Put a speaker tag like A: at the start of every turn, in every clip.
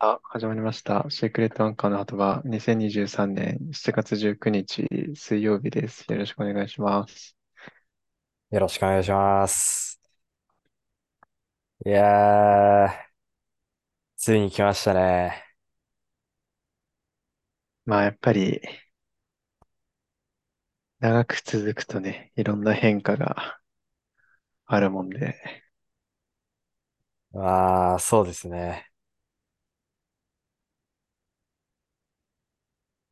A: あ、始まりました。シークレットアンカーの鳩場、2023年7月19日水曜日です。よろしくお願いします。
B: よろしくお願いします。いやー、ついに来ましたね。
A: まあ、やっぱり、長く続くとね、いろんな変化があるもんで、
B: あー、そうですね。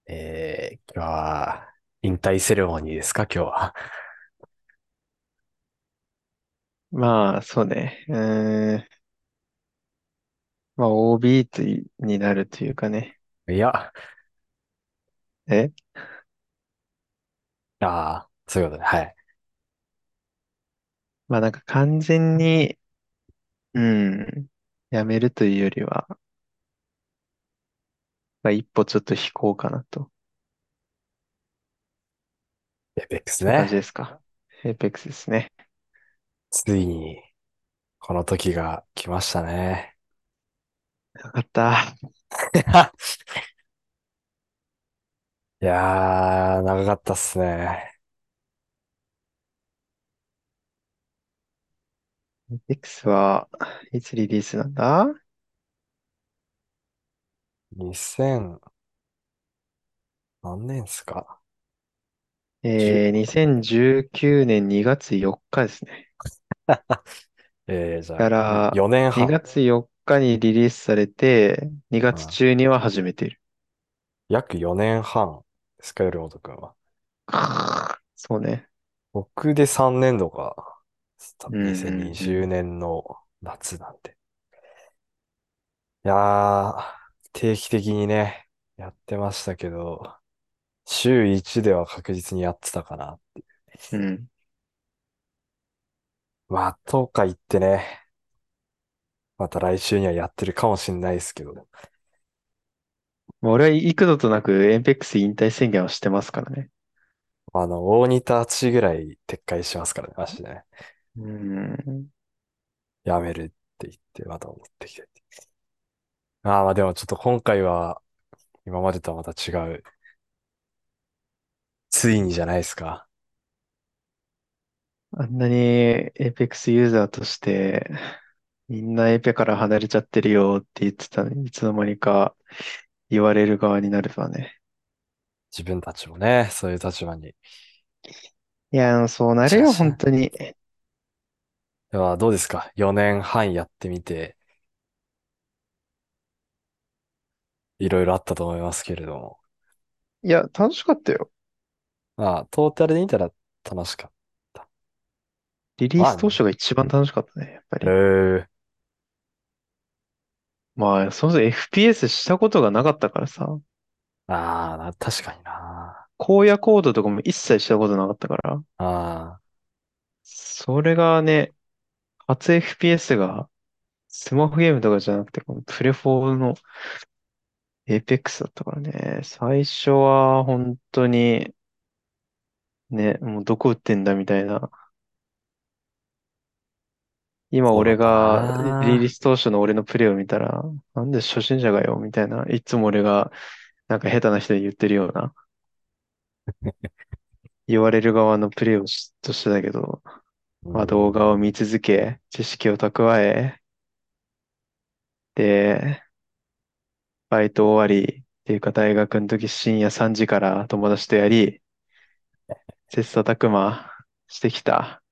B: えー、今日は、引退セレモニーですか、今日は。
A: まあ、そうね、うーん、まあ、OB といになるというかね、
B: いや、
A: え、
B: あー、そういうことね。はい。
A: まあなんか完全に、うん、やめるというよりは、まあ一歩ちょっと引こうかなと、
B: エペックス
A: いう感じ
B: ね。
A: ですか。エイペックスですね。
B: ついに、この時が来ましたね。
A: よかった。
B: いやー、長かったっすね。
A: X はいつリリースなんだ
B: 2000、何年っすか
A: えー、2019年2月4日ですね。
B: えー、じゃ
A: だ
B: あ、
A: か
B: よ
A: ら、
B: 4年半。
A: 2月4日にリリースされて、2
B: う
A: 月
B: ん
A: 中には始めている。
B: 約4年半ですか、よりもとくんは。
A: そうね。
B: 僕で3年度が、多
A: う
B: 分
A: んうんう
B: 2020
A: ん。
B: 年の夏なんで。いやー、定期的にね、やってましたけど、週1では確実にやってたかな。
A: うん。
B: まあ、とか言ってね、また来週にはやってるかもしんないですけど。
A: もう俺は幾度となく MPEX 引退宣言をしてますからね。
B: あの、大仁田厚ぐらい撤回しますからね、マジでね。
A: うん。
B: やめるって言って、また戻ってきて。ああ、まあでもちょっと今回は、今までとはまた違う。ついにじゃないですか。
A: あんなに APEX ユーザーとして、みんなエペから離れちゃってるよって言ってたのに、いつの間にか言われる側になるとはね。
B: 自分たちもね、そういう立場に。
A: いや、あのそうな
B: し
A: る
B: か
A: よ、
B: し
A: 本
B: ね。
A: 当に。
B: では、どうですか ?4 年半やってみて、いろいろあったと思いますけれども。
A: いや、楽しかったよ。
B: まあ、トータルで見たら楽しかった。
A: リリー
B: まあ
A: ス当
B: ね。
A: 初が一番楽しかったね、やっぱ
B: え
A: り。
B: ー、
A: まあ、そもそも FPS したことがなかったからさ、
B: ああ、な確かにな。
A: 荒野行動とかも一切したことなかったから、
B: ああ、
A: それがね、初 FPS がスマホゲームとかじゃなくて、このプレフォーの Apex だったからね、最初は本当にね、もうどこ打ってんだみたいな、今
B: そうだ
A: 俺
B: った
A: がリリー
B: な。
A: ス当初の俺のプレイを見たら、なんで初心者がよみたいな、いつも俺がなんか下手な人に言ってるよう な、言われる側のプレイをしとしてたけど、
B: う
A: まあ動画を
B: ん。
A: 見続け、知識を蓄え、で、バイト終わり、っていうか大学の時深夜3時から友達とやり、切磋琢磨してきた。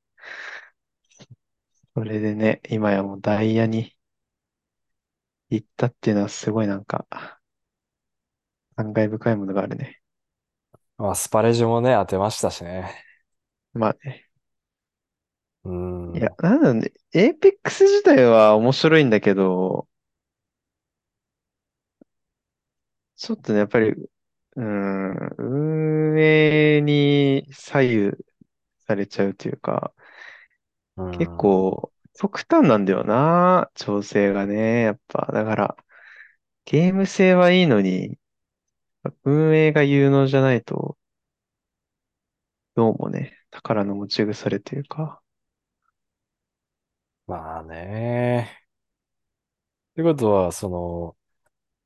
A: それでね、今やもうダイヤに行ったっていうのはすごいなんか、感慨深いものがあるね。
B: まあ、スパレジもね、当てましたしね。
A: まあね。
B: う
A: いや、
B: ん。
A: なんだろうね。エイペックス自体は面白いんだけど、ちょっとね、やっぱり、うーん、運営に左右されちゃうというか、
B: う
A: 結
B: ん。
A: 構極端なんだよな、調整がね、やっぱ。だから、ゲーム性はいいのに、運営が有能じゃないと、どうもね、宝の持ち腐れというか、
B: まあね。ってことは、その、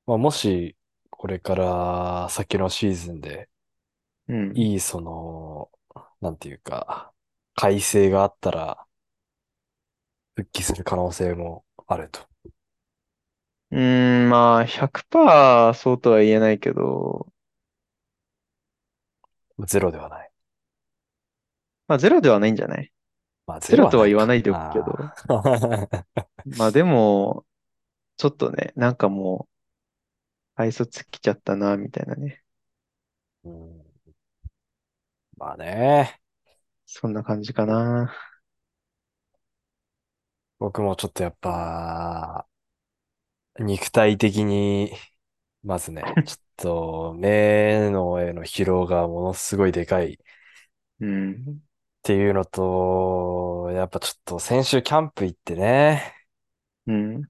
B: まあ、もし、これから先のシーズンで、
A: うん。
B: いい、その、なんていうか、改正があったら、復帰する可能性もあると。
A: うーん、まあ、100%そうとは言えないけど、
B: ゼロではない。
A: まあ、ゼロではないんじゃない
B: まあ、ゼ
A: ゼロ
B: ロは
A: と
B: な
A: はい言わな
B: か。
A: いでおくけど、
B: ああ。
A: まあ、でも、ちょっとね、なんかもう、愛想尽きちゃったな、みたいなね。
B: うん、まあね。
A: そんな感じかな。
B: 僕もちょっとやっぱ、肉体的に、まずね、ちょっと目のへの疲労がものすごいでかいっ
A: うん。
B: ていうのと、やっぱちょっと先週キャンプ行ってね、
A: うん。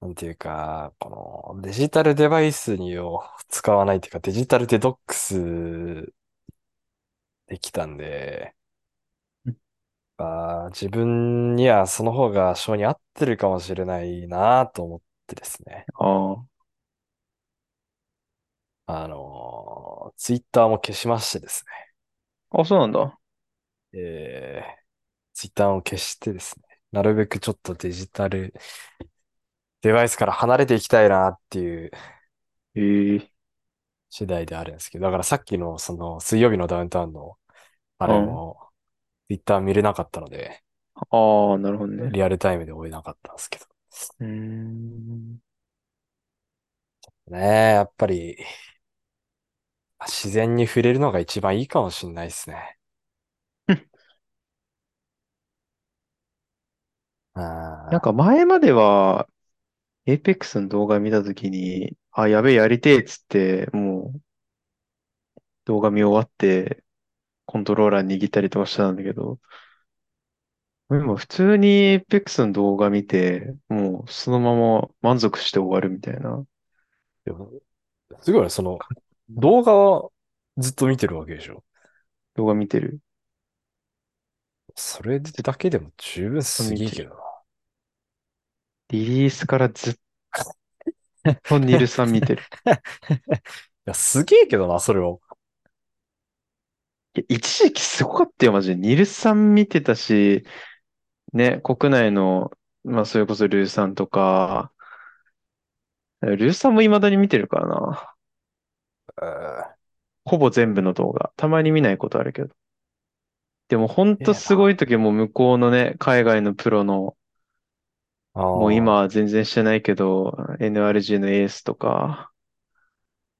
B: なんていうか、このデジタルデバイスにを使わないっていうか、デジタルデトックスできたんで、まあ、自分にはその方が性に合ってるかもしれないなと思ってですね。
A: ああ。
B: あのツイッターも消しましてです
A: あ、そうなんだ。
B: ね。えー、ツイッターを消してですね。なるべくちょっとデジタルデバイスから離れていきたいなっていう
A: ええ。
B: 次第であるんですけど、だからさっきのその水曜日のダウンタウンのあ
A: う
B: れ
A: ん。
B: もツイッター見れなかったので、
A: ああ、なるほどね。
B: リアルタイムで追えなかったんですけど。
A: うーん。
B: ねえ、やっぱり自然に触れるのが一番いいかもしれないですね。
A: なん
B: あ
A: か前までは、エイペックスの動画見たときに、あ、やべえ、やりてえっつって、もう動画見終わって、コントローラー握ったりとかしてたんだけど、今普通にエイペックスの動画見て、もうそのまま満足して終わるみたいな。
B: ーでもすごいね、その、動画はずっと見てるわけでしょ。
A: 動画見てる。
B: それだけでも十分
A: ずっと
B: す
A: 見
B: げえ
A: て
B: け
A: る。
B: ど
A: リリースからずっ
B: な。
A: とニルさん見てる。
B: いや、すげえけどな、それを。
A: いや、一時期すごかったよ、マジで。ニルさん見てたし、ね、国内の、まあ、それこそルーさんとか、ルーさんも未だに見てるからな。
B: うん
A: ほぼ全部の動画。たまに見ないことあるけど。でもほん
B: え
A: と
B: え
A: すご
B: な。
A: い時はもう向こうのね、海外のプロの、
B: あ
A: もう今
B: ー
A: は全然してないけど、NRG のエースとか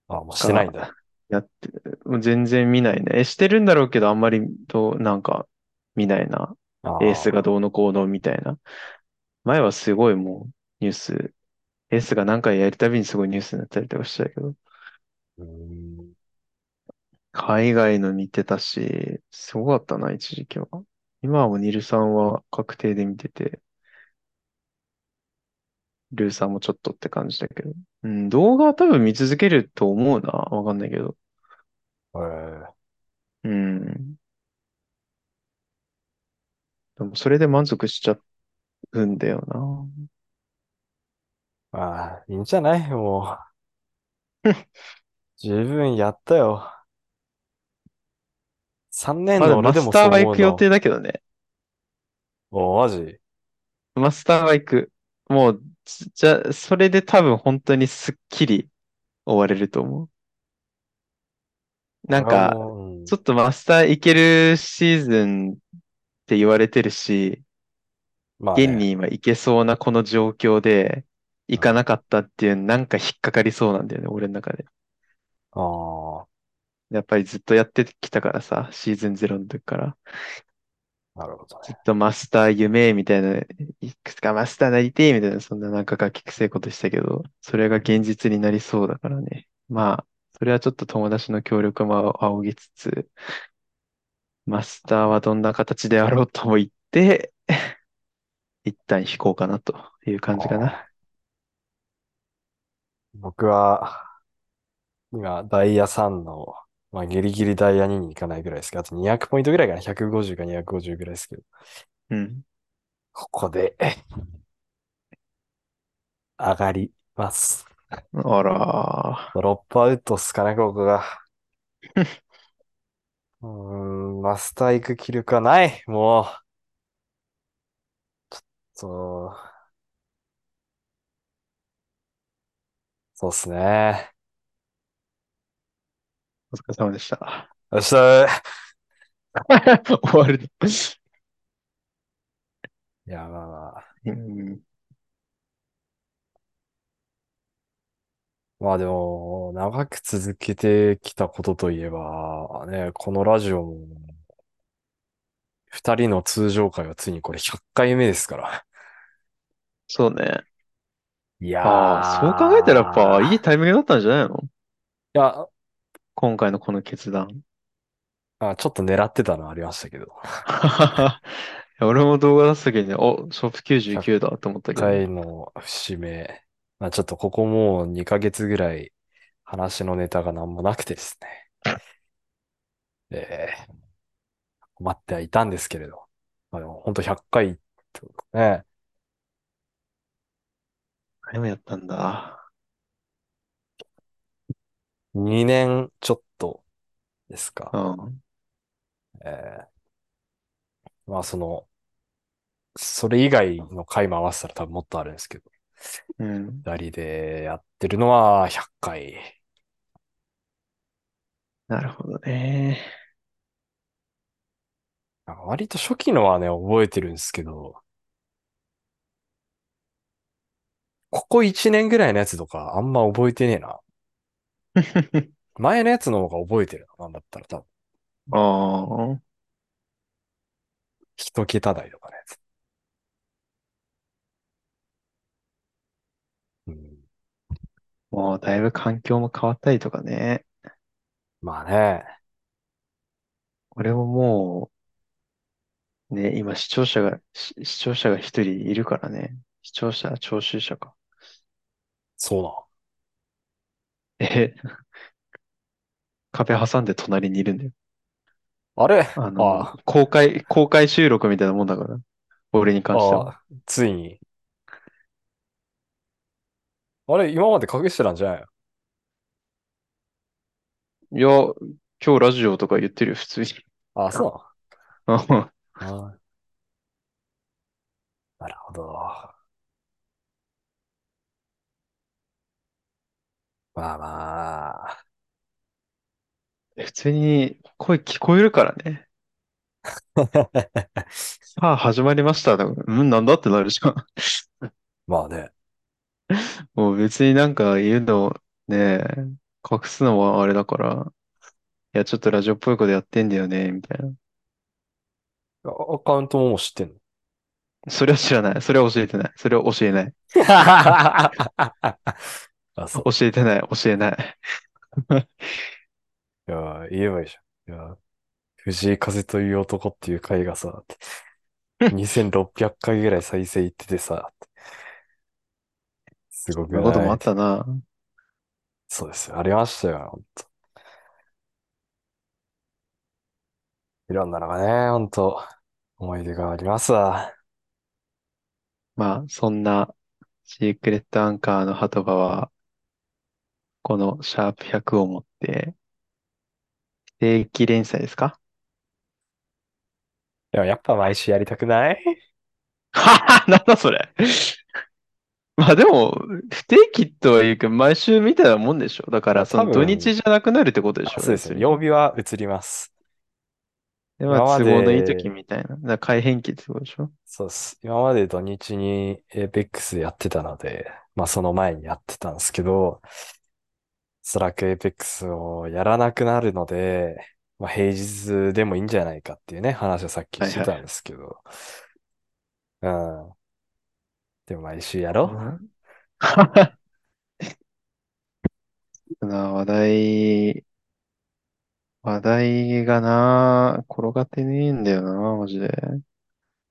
B: あ、もうしてないん
A: が
B: だ。
A: やって、もう全然見ないね。えしてるんだろうけど、あんまりどう、なんか見ないな。エースが
B: あ
A: どうのこうのみたいな。前はすごいもうニュース、エースが何回やるたびにすごいニュースになったりとかしてたけど、
B: ーうーん
A: 海外の見てたし、すごかったな、一時期は。今はもうニルさんは確定で見てて、ルーさんもちょっとって感じだけど。うん、動画は多分見続けると思うな。わかんないけど。
B: えー
A: うん。でもそれで満足しちゃうんだよな。
B: まあ、いいんじゃないもう、 十分やったよ。3年
A: まだ
B: の俺
A: マ
B: で
A: ス
B: も
A: ター
B: そう
A: は行
B: 思う
A: く予
B: の。
A: 定だけどね。
B: お、マジ
A: マスターは行く。もう、じじゃ、それで多分本当にすっきり終われると思う。なん
B: 俺は
A: か、
B: もう、うん
A: ちょっとマスター行けるシーズンって言われてるし、
B: まあ
A: 現
B: ね。
A: に今行けそうなこの状況で行かなかったっていうなんか引っかかりそうなんだよね、俺の中で。
B: ああ
A: やっぱりずっとやってきたからさ、シーズン0の時から。
B: ー、なるほどね。
A: ずっとマスター夢みたいな、いくつかマスターなりてえみたいな、そんななんかガキくせえことしたけど、それが現実になりそうだからね。まあ、それはちょっと友達の協力も仰ぎつつ、マスターはどんな形であろうとも言って、 一旦引こうかなという感じか
B: ああ、
A: な。
B: 僕は、今、ダイヤ3の、まあ、ギリギリダイヤ2に行かないぐらいですけど、あと200ポイントぐらいかな。150か250ぐらいですけど、
A: うん。
B: ここで上がります。
A: あら
B: ドロップアウトっすかね、ここが。うーん、マスター行く気力はない。もう、そう、そうっすね。
A: ー、お疲れ様でした。
B: よっしゃー。
A: 終わる。
B: いや、まあまあ。
A: うん、
B: まあでも、長く続けてきたことといえば、ね、このラジオも、二人の通常会はついにこれ100回目ですから。
A: そうね。
B: いや
A: ああ、そう考えたらやっぱいい
B: ー。
A: タイミングだったんじゃないの
B: いや、
A: 今回のこの決断。
B: あ、ちょっと狙ってたのはありましたけど。
A: いや俺も動画出すときにね、お、ショップ
B: 100
A: 99だと思ったけど。
B: 回の節目。まあちょっとここもう2ヶ月ぐらい話のネタが何もなくてですね。えー困ってはいたんですけれど。まあでも本当100回ってことね。
A: 何もやったんだ。
B: 2年ちょっとです
A: う
B: か。
A: ん。
B: えーまあその、それ以外の回も合わせたら多分もっとあるんですけど。
A: うん。
B: 二人でやってるのは100回。
A: なるほどね。
B: なんか割と初期のはね、覚えてるんですけど、ここ1年ぐらいのやつとかあんま覚えてねえな。前のやつの方が覚えてるな。なんだったら多分、
A: ああ、
B: 一桁台とかのやつ。うん、
A: もうだいぶ環境も変わったりとかね。
B: まあね、
A: 俺ももう、ね、今視聴者が、し視聴者が一人いるからね。視聴者、聴衆者か。
B: そうな。
A: え、 壁挟んで隣にいるんだよ。
B: あれ
A: あの、
B: あ
A: 公開、公開収録みたいなもんだから。俺に関して
B: あ、
A: は。
B: あついに。あれ今まで隠してたんじゃないの
A: いや、今日ラジオとか言ってるよ、普通に。
B: ああ、そう
A: うん
B: なの。ああ、なるほど。まあまあ。
A: 普通に声聞こえるからね。さあ、始まりました。うん、なんだってなるじゃん。
B: まあね。
A: もう別になんか言うの、ね、隠すのはあれだから、いや、ちょっとラジオっぽいことやってんだよね、みたいな。
B: あアカウントももう知ってんの
A: それは知らない。それは教えてない。それは教えない。
B: あ、そう。
A: 教えてない。教えない。
B: いやー、言えばいいじゃん。いやー、藤井風という男っていう回 がさ、2600回ぐらい再生いっててさ、すご
A: そん
B: く
A: なことも
B: な
A: あ
B: い
A: ったな。
B: そうですよ。ありましたよ。ほんといろんなのがね、ほんと、思い出がありますわ。
A: まあ、そんな、シークレットアンカーの鳩場は、このシャープ100を持って、不定期連載ですか
B: でもやっぱ毎週やりたくない
A: はは、なんだそれ。 まあでも、不定期とは言うけど、毎週みたいなもんでしょ。だか
B: まあ
A: ら、そ
B: 多
A: の土日
B: 分、
A: じゃなくなるってことでしょ、
B: あ、そうです
A: 別
B: ね。
A: に。
B: 曜日は移ります。
A: で、まあ、
B: 今ま
A: 都合のいい時
B: で、
A: みたいな。だから改変期ってことでしょ。
B: そうっす。今まで土日にエイペックスでやってたので、まあその前にやってたんですけど、おそらくエイペックスをやらなくなるので、まあ、平日でもいいんじゃないかっていうね、話をさっき
A: は
B: し
A: い
B: て
A: は
B: たん
A: い。
B: ですけど。うん。でも毎週 や
A: う
B: ろ
A: んな、話題、話題がな、転がってねえんだよな、マジで。
B: う。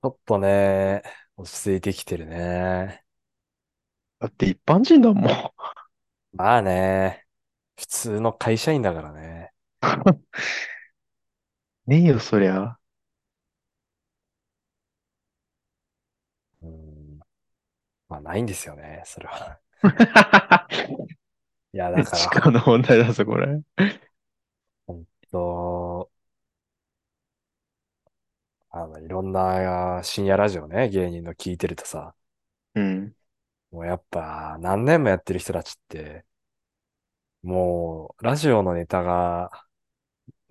B: ちょっとね、落ち着いてきてるね。
A: だって一般人だもん。
B: まあね、普通の会社員だからね。
A: ねえよ、そりゃ。
B: うん。まあないんですよね、それは。いや、だか
A: 時
B: ら、
A: 間の問題だぞ、これ。
B: 本当あの、いろんな深夜ラジオね、芸人の聞いてるとさ、
A: うん。
B: もうやっぱ何年もやってる人たちって、もうラジオのネタが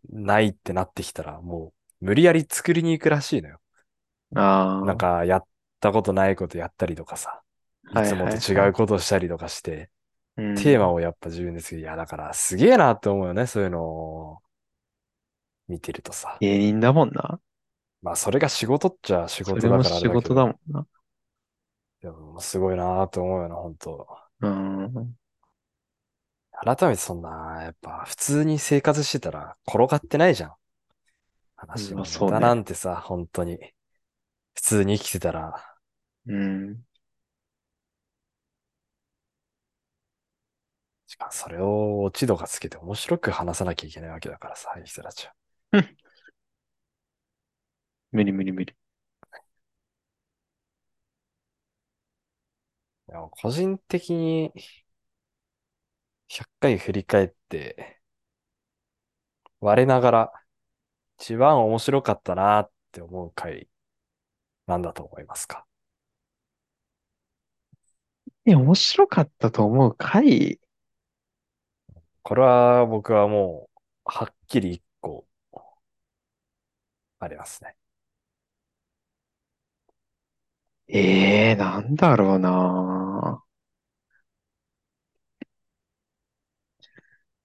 B: ないってなってきたら、もう無理やり作りに行くらしいのよ。なん
A: あ
B: かやったことないことやったりとかさ、
A: あ、
B: い
A: はい
B: つも
A: は
B: と
A: い
B: 違
A: は
B: う
A: い。
B: ことをしたりとかして、
A: う
B: テーマ
A: ん。
B: をやっぱ自分ですけど、いや、だからすげえなって思うよね、そういうのを見てるとさ。
A: 芸人だもんな。
B: まあ、それが仕事っちゃ仕
A: そ
B: 事
A: れ
B: だ
A: も
B: からあれ
A: 仕
B: だけ
A: 事だ
B: ど、
A: もんな。
B: でもすごいなって思うよな、本当。
A: うん。
B: 改めてそんな、やっぱ普通に生活してたら転がってないじゃん。話
A: まあ
B: のネ
A: そう
B: タな
A: ね。
B: んてさ、本当に。普通に生きてたら、
A: うん。
B: しかもそれを落ち度がつけて面白く話さなきゃいけないわけだからさ、ああいう人たちは。
A: ふん無理無理無理。
B: でも個人的に100回振り返って、我ながら一番面白かったなって思う回なんだと思いますか。
A: え、面白かったと思う回。
B: これは僕はもう、はっきり一個ありますね。
A: ええなんだろうな。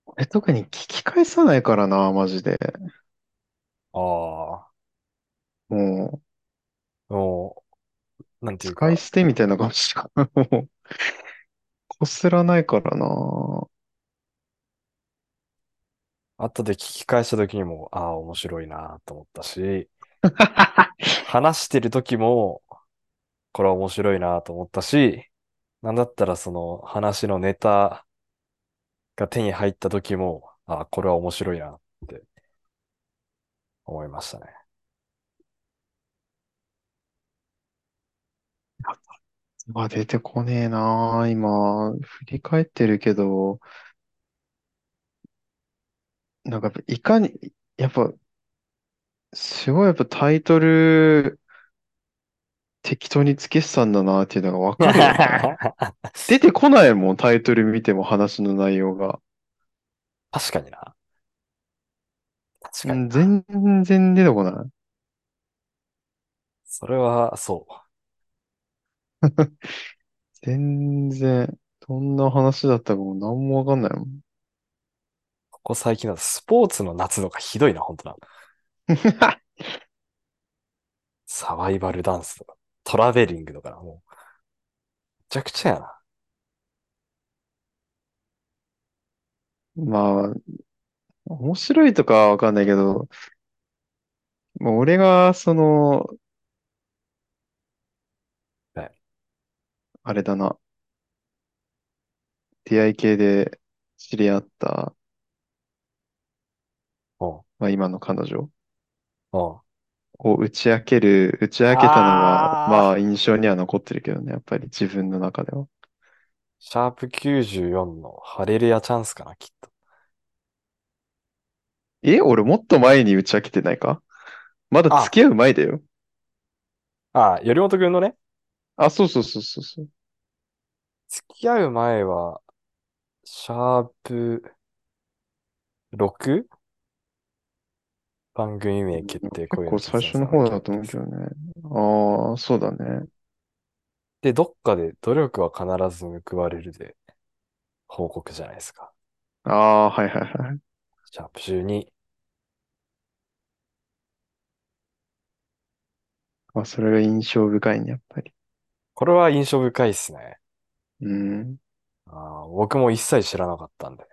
A: 俺特に聞き返さないからな、マジで。
B: ああ、
A: も
B: もう、なん
A: う、
B: ていう
A: 使い
B: か、
A: 捨てみたいな感じしか、もう、こすらないからな。
B: 後で聞き返した時にも、ああ、面白いなと思っ たし、話してる時も、これは面白いなと思ったし、なんだったらその話のネタが手に入った時も、ああ、これは面白いなって思いまし たね。
A: まあ、出てこねえな、今。振り返ってるけど、なんか、いかに、やっぱ、すごいやっぱタイトル適当につけてたんだなっていうのがわかるよ ね。出てこないもん、タイトル見ても話の内容が。
B: 確かにな。確
A: う
B: かに
A: ん、
B: な。
A: 全然出てこない。
B: それは、そう。
A: 全然、どんな話だったかも何もわかんないもん。
B: ここ最近だとスポーツの夏とかひどいな、本当な。サバイバルダンスとか、トラベリングとかな、もう、めちゃくちゃやな。
A: まあ、面白いとかはわかんないけど、まあ、俺が、その、
B: はい
A: あれだな、出会い系で知り合った、
B: うん
A: まあ今の彼女
B: うん
A: を打ち明ける、打ち明けたのは、ま
B: あ
A: あ
B: ー、
A: 印象には残ってるけどね、やっぱり自分の中では。
B: シャープ94のハレルヤチャンスかな、きっと。
A: え、俺もっと前に打ち明けてないかまだ
B: あ、
A: 付き合う前だよ。
B: あ、頼本くんのね、
A: あ、そうそうそうそうそう。
B: 付き合う前は、シャープ 6? 番組名決定、
A: 結
B: 恋
A: 構
B: の
A: 最
B: 決断
A: 初
B: さ
A: の方
B: んの
A: だ
B: 決
A: と思う
B: 定
A: け
B: 戦。
A: どね。ああ、そうだね。
B: で、どっかで努力は必ず報われるで、報告じゃないですか。
A: ああ、はいはいはい。
B: シャープ12。
A: まあ、それが印象深いね、やっぱり。
B: これは印象深いっすね。
A: うん。
B: あー僕も一切知らなかったんで。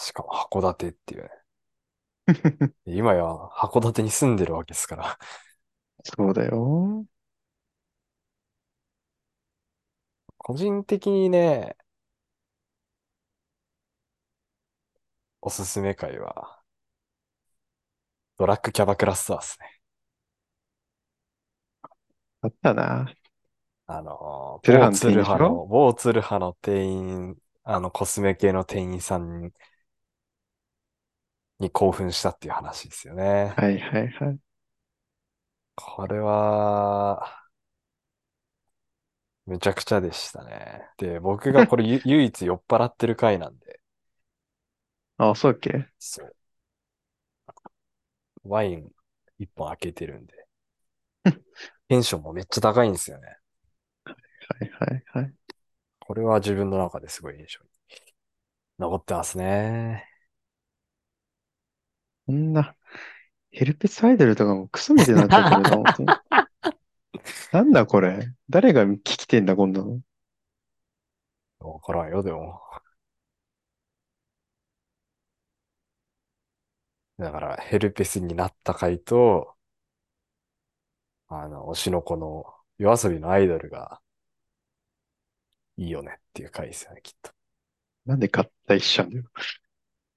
B: しかも函館っていうね。今や函館に住んでるわけですから。
A: そうだよ。
B: 個人的にね、おすすめ会は、ドラッグキャバクラスターですね。
A: あったな。
B: あの、
A: ツル
B: 某
A: ハの
B: ツ
A: 店員
B: ル
A: でし
B: ハの、
A: ょ
B: 某ツルハの店員、あの、コスメ系の店員さんに興奮したっていう話ですよね。
A: はいはいはい。
B: これは、めちゃくちゃでしたね。で、僕がこ れゆ唯一酔っ払ってる回なんで、
A: あ、そうだっけ
B: そう、ワイン一本開けてるんで、テンションもめっちゃ高いんですよね。
A: はいはいはい。
B: これは自分の中ですごい印象に残ってますね。
A: こんな、ヘルペスアイドルとかもクソみたいになっちゃってるな、本当に。なんだこれ誰が聞きてんだ、こんなの。
B: わからんよ、でも。だから、ヘルペスになった回と、あの、推しの子の夜遊びのアイドルがいいよねっていう回ですよね、きっと。
A: なんで合体しちゃうんだよ。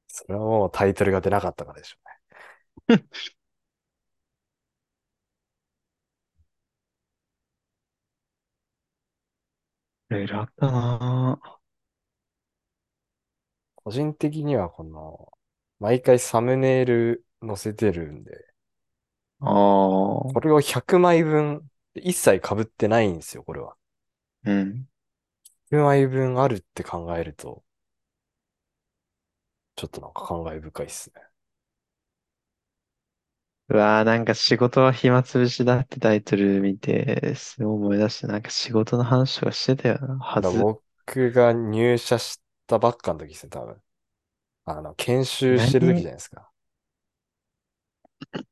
B: それはもうタイトルが出なかったからでしょうね。
A: いろいろあったなぁ。
B: 個人的にはこの、毎回サムネイル載せてるんで、
A: ああ、
B: これを100枚分、一切被ってないんですよ、これは。
A: うん。
B: 100枚分あるって考えると、ちょっとなんか感慨深いっすね。
A: うわぁ、なんか仕事は暇つぶしだってタイトル見て、すごい思い出して、なんか仕事の話とかしてたよな、は
B: だから
A: ず。
B: 僕が入社したばっかの時ですね、多分。あの、研修してる時じゃ
A: 何、
B: ないですか。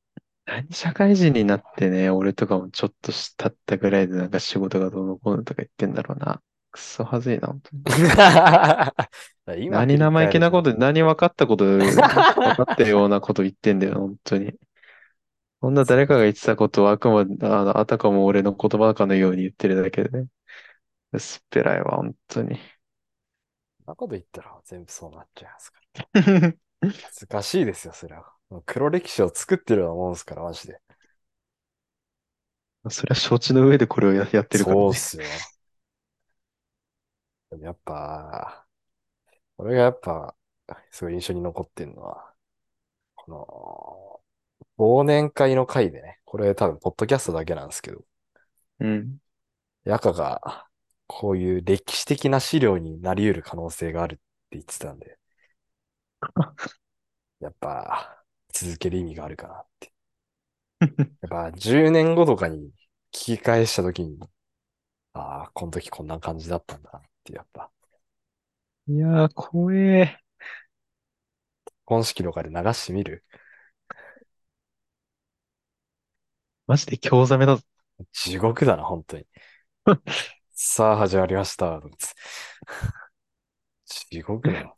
A: 何社会人になってね、俺とかもちょっとしたったぐらいでなんか仕事がどうのこうのとか言ってんだろうな。クソはずいな、本当に。
B: 今
A: 何
B: 振り
A: 生意
B: 返
A: 気
B: る
A: な
B: と
A: こ
B: ね。
A: と、何分かったこと、分かったようなこと言ってんだよ、本当に。こんな誰かが言ってたことをあくまで、あの、あたかも俺の言葉かのように言ってるだけでね。薄っぺらいわ、本当に。
B: そんなこと言ったら全部そうなっちゃいますから。恥ずかしいですよ、それは。もう黒歴史を作ってるようなもんですから、マジで。
A: それは承知の上でこれをや、やってるから
B: そうっ
A: ね。
B: すよ。でもやっぱ、俺がやっぱ、すごい印象に残ってるのは、この、忘年会の会でね、これ多分、ポッドキャストだけなんですけど、
A: うん。
B: ヤカが、こういう歴史的な資料になり得る可能性があるって言ってた んで、やっぱ、続ける意味があるかなって。やっぱ、10年後とかに聞き返した時に、ああ、この時こんな感じだったんだなって、やっぱ、
A: いやー、怖え。
B: 本式とかで流してみる
A: マジで興ざめだぞ。
B: 地獄だな、本当に。さあ、始まりました。とかつって地獄だな。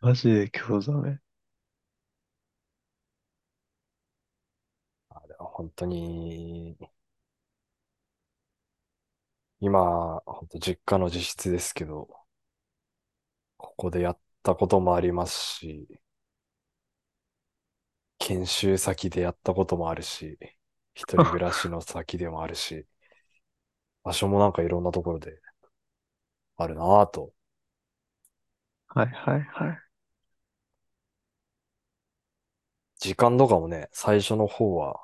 A: マジで興ざめ。
B: あでも本当に、今、本当実家の自室ですけど、ここでやったこともありますし、研修先でやったこともあるし、一人暮らしの先でもあるし、場所もなんかいろんなところであるなぁと。
A: はいはいはい。
B: 時間とかもね、最初の方は、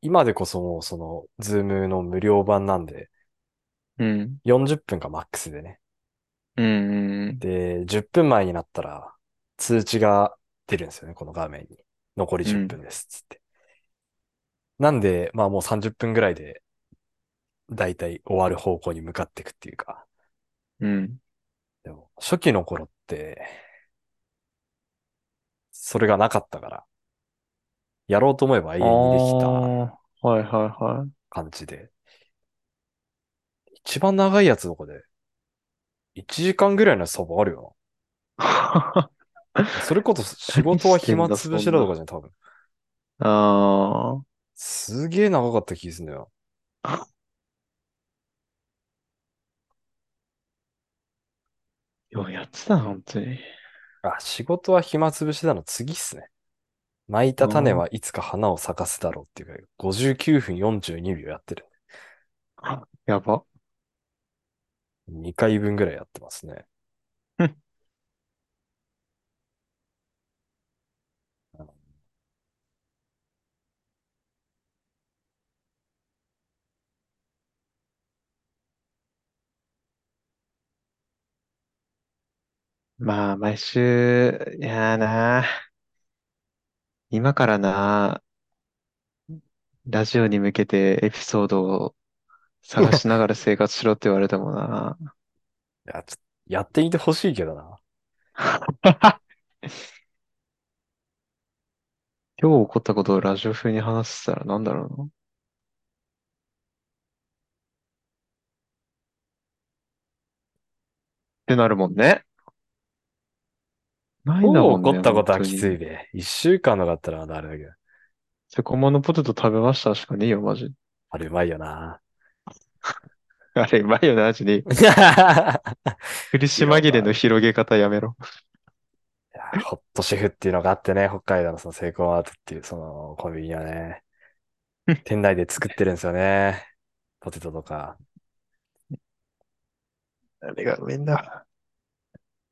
B: 今でこそもうその、ズームの無料版なんで、
A: うん。
B: 40分がマックスでね。
A: うんうん
B: で、10分前になったら、通知が出るんですよね、この画面に。残り
A: う
B: 10
A: ん。
B: 分です、つって。なんで、まあもう30分ぐらいで、だいたい終わる方向に向かっていくっていうか。
A: うん。
B: でも、初期の頃って、それがなかったから、やろうと思えば
A: あ
B: 永遠にでき
A: あ、
B: た
A: はいはいはい。
B: 感じで。一番長いやつどこで、1時間ぐらいの差分あるよな。それこそ仕
A: 何
B: 事は
A: してん
B: 暇
A: だ、
B: つぶ
A: そ
B: しだ
A: ん
B: とか
A: な。
B: じゃん、多分。
A: ああ。
B: すげえ長かった気がするんだよ。
A: ようやってたな、本当に。
B: あ、仕事は暇つぶしだの次っすね。蒔いうた種
A: ん
B: はいつか花を咲かすだろうっていうか、59分42秒やってる。
A: やば。
B: 2回分ぐらいやってますね。
A: うん
B: あの
A: まあ、毎週、いやーなー、今からなー、ラジオに向けてエピソードを探しながら生活しろって言われてもな。
B: いや、ちょっとやってみてほしいけどな。
A: 今日起こったことをラジオ風に話したらなんだろうな。ってなるもんね。ないんだ
B: 今
A: もん
B: 日起こ
A: ね、
B: ったこ
A: 本
B: とは
A: 当
B: きつい
A: に。
B: べ。一週間のだったらまだあれだけど。
A: セコマのポテト食べましたしかねえよ、マジ。
B: あれうまいよな。
A: あれ、うまいよな、マジに。苦
B: い
A: し
B: や、う
A: 紛れ
B: ま
A: の
B: い。
A: 広げ方やめろ。
B: いや、ホットシェフっていうのがあってね、北海道のそのセイコーアートっていうそのコンビニはね、店内で作ってるんですよね。ポテトとか。
A: あれがみんな。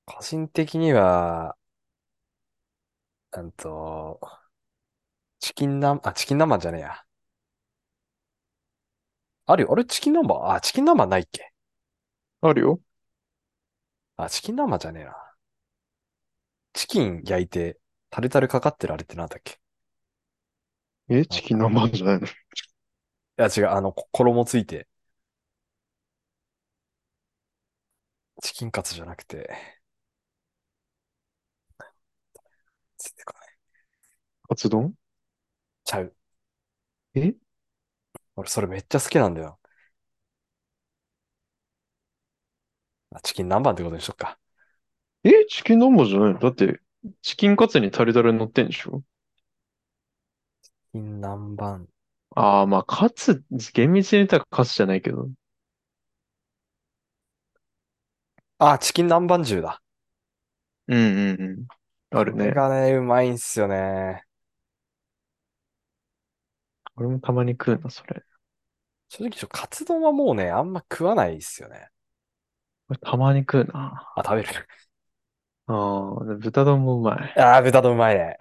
B: 個人的には、うんと、チキンナン、あ、チキンナンマンじゃねえや。あるよ。あれ、チキンナンマン、あ、チキンナンマンないっけ
A: あるよ。
B: あ、チキンナンマンじゃねえな。チキン焼いて、タルタルかかってるあれってなんだっけ
A: え、
B: なん
A: チキン
B: か、
A: 南蛮じゃないの
B: いや違う、あの、こ衣ついて、チキンカツじゃなくて、ついてこない。
A: カツ丼
B: ちゃう。
A: え
B: 俺、それめっちゃ好きなんだよ。あチキン南蛮ってことにしとくか。
A: え、チキン南蛮じゃないのだって、チキンカツにタルタル乗ってんでしょ
B: チキン南蛮。
A: ああー、まあ、カツ、厳密に言ったらカツじゃないけど。
B: あ、チキン南蛮重だ。
A: うんうんうん。ある
B: これ
A: ね。
B: がね、うまいんすよね。
A: 俺もたまに食うな、それ。
B: 正直、カツ丼はもうね、あんま食わないっすよね。
A: 俺たまに食うな。
B: あ、食べる。
A: ああ、で豚丼もうまい。
B: あー、豚丼うまいね。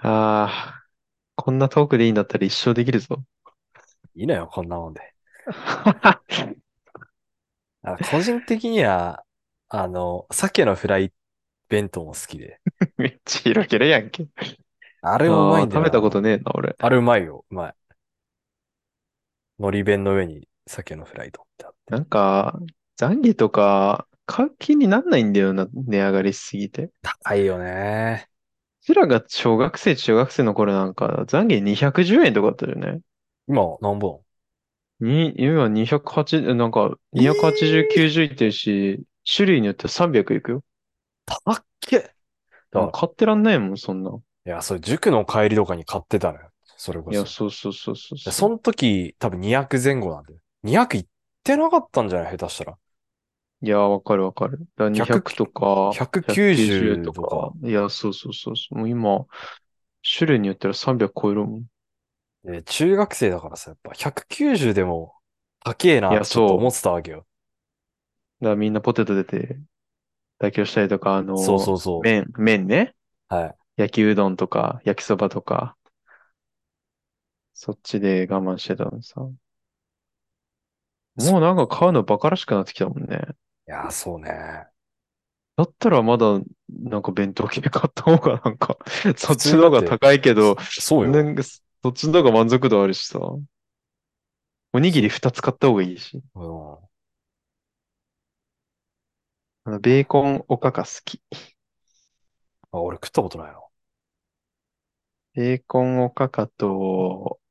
A: ああ、こんなトークでいいんだったら一生できるぞ。
B: いいのよ、こんなもんで。あ、個人的には、あの、鮭のフライ弁当も好きで。
A: めっちゃ開けるやんけ。
B: あれもうま
A: あ
B: い
A: あ、
B: んだ
A: 食
B: よ
A: べたこ
B: な。
A: とねえな、俺。
B: あれうまいよ、うまい。海苔弁の上に鮭のフライドってあって。
A: なんか、残儀とか、買う気になんないんだよな、値上がりしすぎて。う
B: 高いよね。
A: ちらが小学生、中学生の頃なんか、残儀210円とかあったよね。
B: 今、何本
A: に、今280、なんか、280、
B: ええ
A: 90いってるし、種類によっては300いくよ。
B: 高っけ。だか
A: もう
B: ら、
A: 買ってらんないもん、そんな。
B: いや、それ塾の帰りとかに買ってたのよ。それこ
A: いや、
B: そ。
A: そうそうそうそう
B: で
A: そ。
B: そうの時、多分200前後なんだよ。200いってなかったんじゃない下手したら。
A: いや、わかるわかる。だから
B: 100、
A: 200とか、190
B: 190
A: と
B: とか。
A: か。いや、そうそうそうそう。もう今、種類によったら300超えるもん。
B: で中学生だからさ、やっぱ190でも高え
A: い
B: なっ
A: や、
B: てちょっと思
A: そ
B: ってたわけよ。
A: う。だからみんなポテト出て、妥協したりとか、あ
B: そうそ
A: の、
B: うそ
A: 麺、麺ね。
B: う。はい。
A: 焼きうどんとか、焼きそばとか、そっちで我慢してたのさ。
B: そ
A: もうなんか買うのバカらしくなってきたもんね。
B: いや、そうね。
A: だったらまだ、なんか弁当系買った方がなん かそ
B: 普
A: っち
B: 通に
A: の
B: だ
A: 方
B: っ
A: が
B: て、
A: 高いけど、
B: そう
A: な
B: よ。
A: んか、そっちの方が満足度あるしさ。おにぎり
B: そ
A: 2つ買った方がいいし。
B: う。うん。
A: あの、ベーコンおかか好き。
B: あ、俺食ったことないの。
A: ベーコンおかかと、
B: うん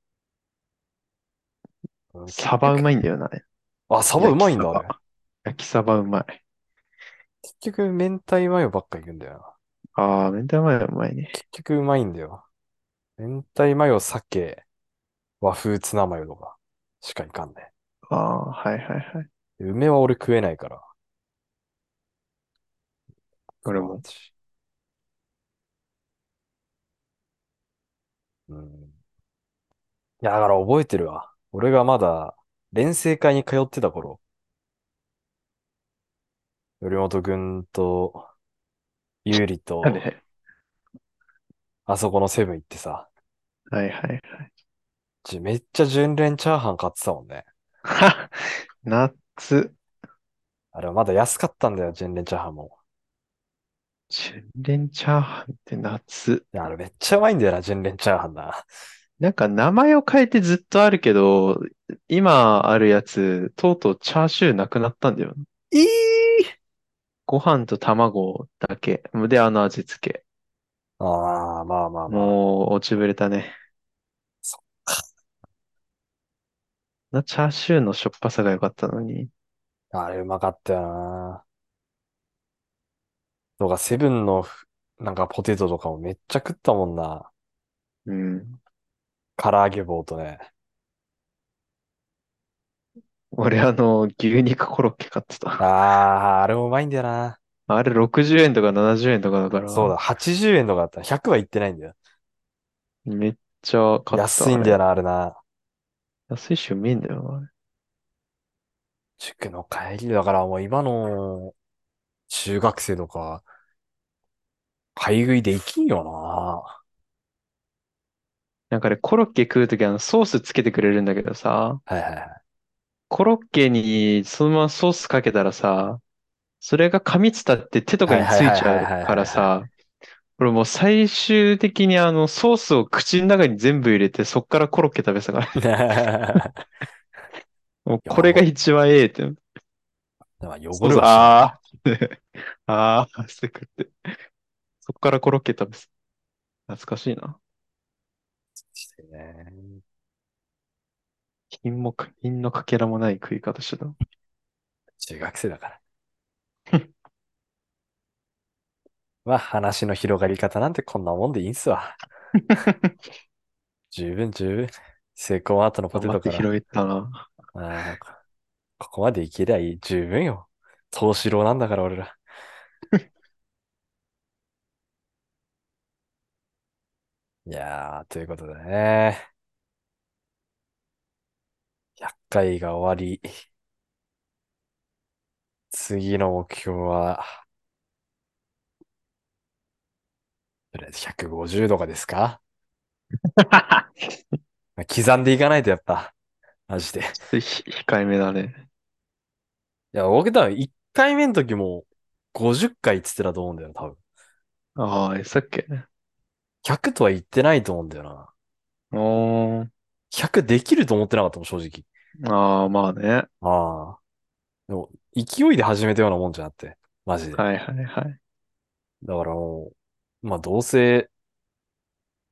B: 結
A: サバう
B: 局、
A: まいんだよな。
B: あ、サバう
A: 焼
B: ま
A: き
B: いん
A: サ
B: だ、
A: バ。
B: あれ。
A: 焼きサバうまい。
B: 結局、明太マヨばっか行くんだよな。
A: ああ、明太マヨうまいね。
B: 結局うまいんだよ。明太マヨ、鮭、和風ツナマヨとかしかいかんね。
A: ああ、はいはいはい。
B: 梅は俺食えないから。
A: 俺
B: か
A: も。
B: ちうん。いや、だから覚えてるわ。俺がまだ、連成会に通ってた頃、頼本くんと、ゆうり
A: はいは
B: と、
A: い
B: あそこのセブン行ってさ、
A: はいはい。
B: じめっちゃ純連チャーハン買ってたもんね。
A: はっ夏、
B: あれはまだ安かったんだよ、純連チャーハンも。
A: 純連チャーハンって夏。
B: いや、あれめっちゃうまいんだよな、純連チャーハンな。
A: なんか名前を変えてずっとあるけど、今あるやつ、とうとうチャーシューなくなったんだよ。
B: ええ
A: ご飯と卵だけ。で、あの味付け。
B: ああ、まあまあまあ。
A: もう、落ちぶれたね。
B: そっか。
A: な、チャーシューのしょっぱさが良かったのに。
B: あれうまかったよな。とか、セブンのふ、なんかポテトとかもめっちゃ食ったもんな。
A: うん。
B: 唐揚げ棒とね。
A: 俺、あの、牛肉コロッケ買って
B: あ
A: た。
B: あ、あれもうまいんだよな。
A: あれ、60円とか70円とかだか
B: そうだ、
A: ら、
B: 80円とかだったら100は行ってないんだよ。
A: めっちゃ買って
B: 安
A: た、
B: い
A: あ
B: んだよ
A: れ。
B: な、あれな。
A: 安いし、うめえんだよな。あれ
B: 塾の帰りだからもう今の中学生とか、買い食いできんよな。
A: なんかね、コロッケ食うとき、あの、ソースつけてくれるんだけどさ、
B: はいはいはい。
A: コロッケにそのままソースかけたらさ、それが噛みつたって手と
B: は
A: か
B: い
A: に
B: はい
A: つ
B: はいい
A: ち
B: は
A: ゃ
B: いうはい
A: から
B: はい。
A: さ、俺もう最終的にあのソースを口の中に全部入れてそっからコロッケ食べてたからね。
B: い
A: もう
B: や、
A: これが
B: よ、
A: 一番ええって。
B: ま
A: そ
B: あ、横
A: れ
B: 差しな。
A: は、あー あー、してくって。そっからコロッケ食べてた。懐かしいな。
B: してね。
A: 品もか、品のかけらもない食い方してた。
B: 中学生だから。 まあ、話の広がり方なんてこんなもんでいいんすわ。十分十分。成功後のポ
A: 頑
B: テ
A: 張っ
B: ト
A: て
B: から、
A: 広げたな。
B: ああ、こここまでいけりゃいい。十分よ。投資郎なんだから俺ら。 いやー、ということでね。100回が終わり、次の目標は、とりあえず150とかですか まあ刻んでいかないとやっぱ、マジで。い
A: ちょっとひ控えめだね。
B: や、僕多分1回目の時も50回っつってたと思うんだよな、多分。
A: ああ、え、さっきね。
B: 100とは言ってないと思うんだよな。
A: おー。
B: 100できると思ってなかったもん、正直。
A: ああ、まあね。
B: ああ。でも、勢いで始めたようなもんじゃなくて、マジで。
A: はいはいはい。
B: だからもう、まあどうせ、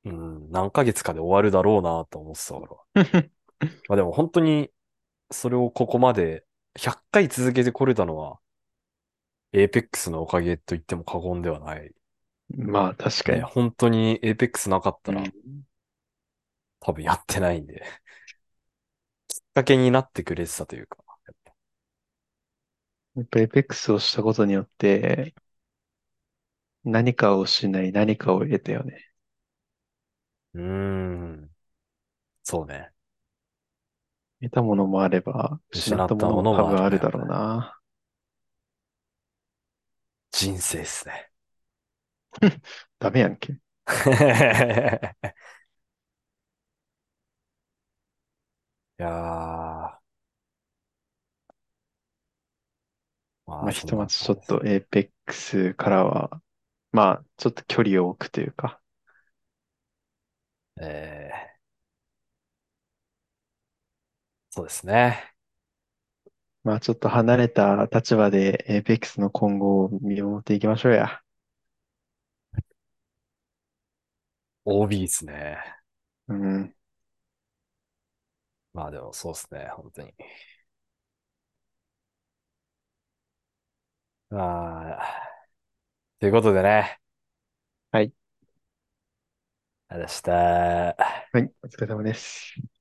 B: うん、何ヶ月かで終わるだろうなと思ってたから。まあでも本当に、それをここまで100回続けてこれたのは、エーペックスのおかげと言っても過言ではない。
A: まあ、確か
B: ね、
A: に。
B: 本当にエーペックスなかっ
A: う
B: たら
A: ん。
B: 多分やってないんで、きっかけになってくれてたというか。やっぱ
A: やっぱエペックスをしたことによって、何かを失い、何かを得たよね。
B: うーん、そうね。
A: 得たものもあれば、失
B: 失
A: っ
B: った
A: も
B: た
A: の
B: も
A: も
B: の
A: 多
B: もあ
A: 分
B: る
A: あ
B: ね、
A: る
B: やっ
A: だ
B: ぱ
A: ろう
B: ね。
A: な。
B: 人生っすね。
A: ダメやんけ。
B: いやー、ま
A: ま
B: あ
A: あ、
B: そ
A: ひ
B: ん
A: とま
B: な
A: ずちょっ
B: 感じです。
A: とエペックスからは、まあ、ちょっと距離を置くというか。
B: えー、そうですね。
A: まあ、ちょっと離れた立場でエペックスの今後を見守っていきましょうや。
B: OB ですね。
A: うん。
B: まあでもそうですね、本当に。まあ、ということでね、
A: はい。
B: ありがとうございました。
A: はい。お疲れ様です。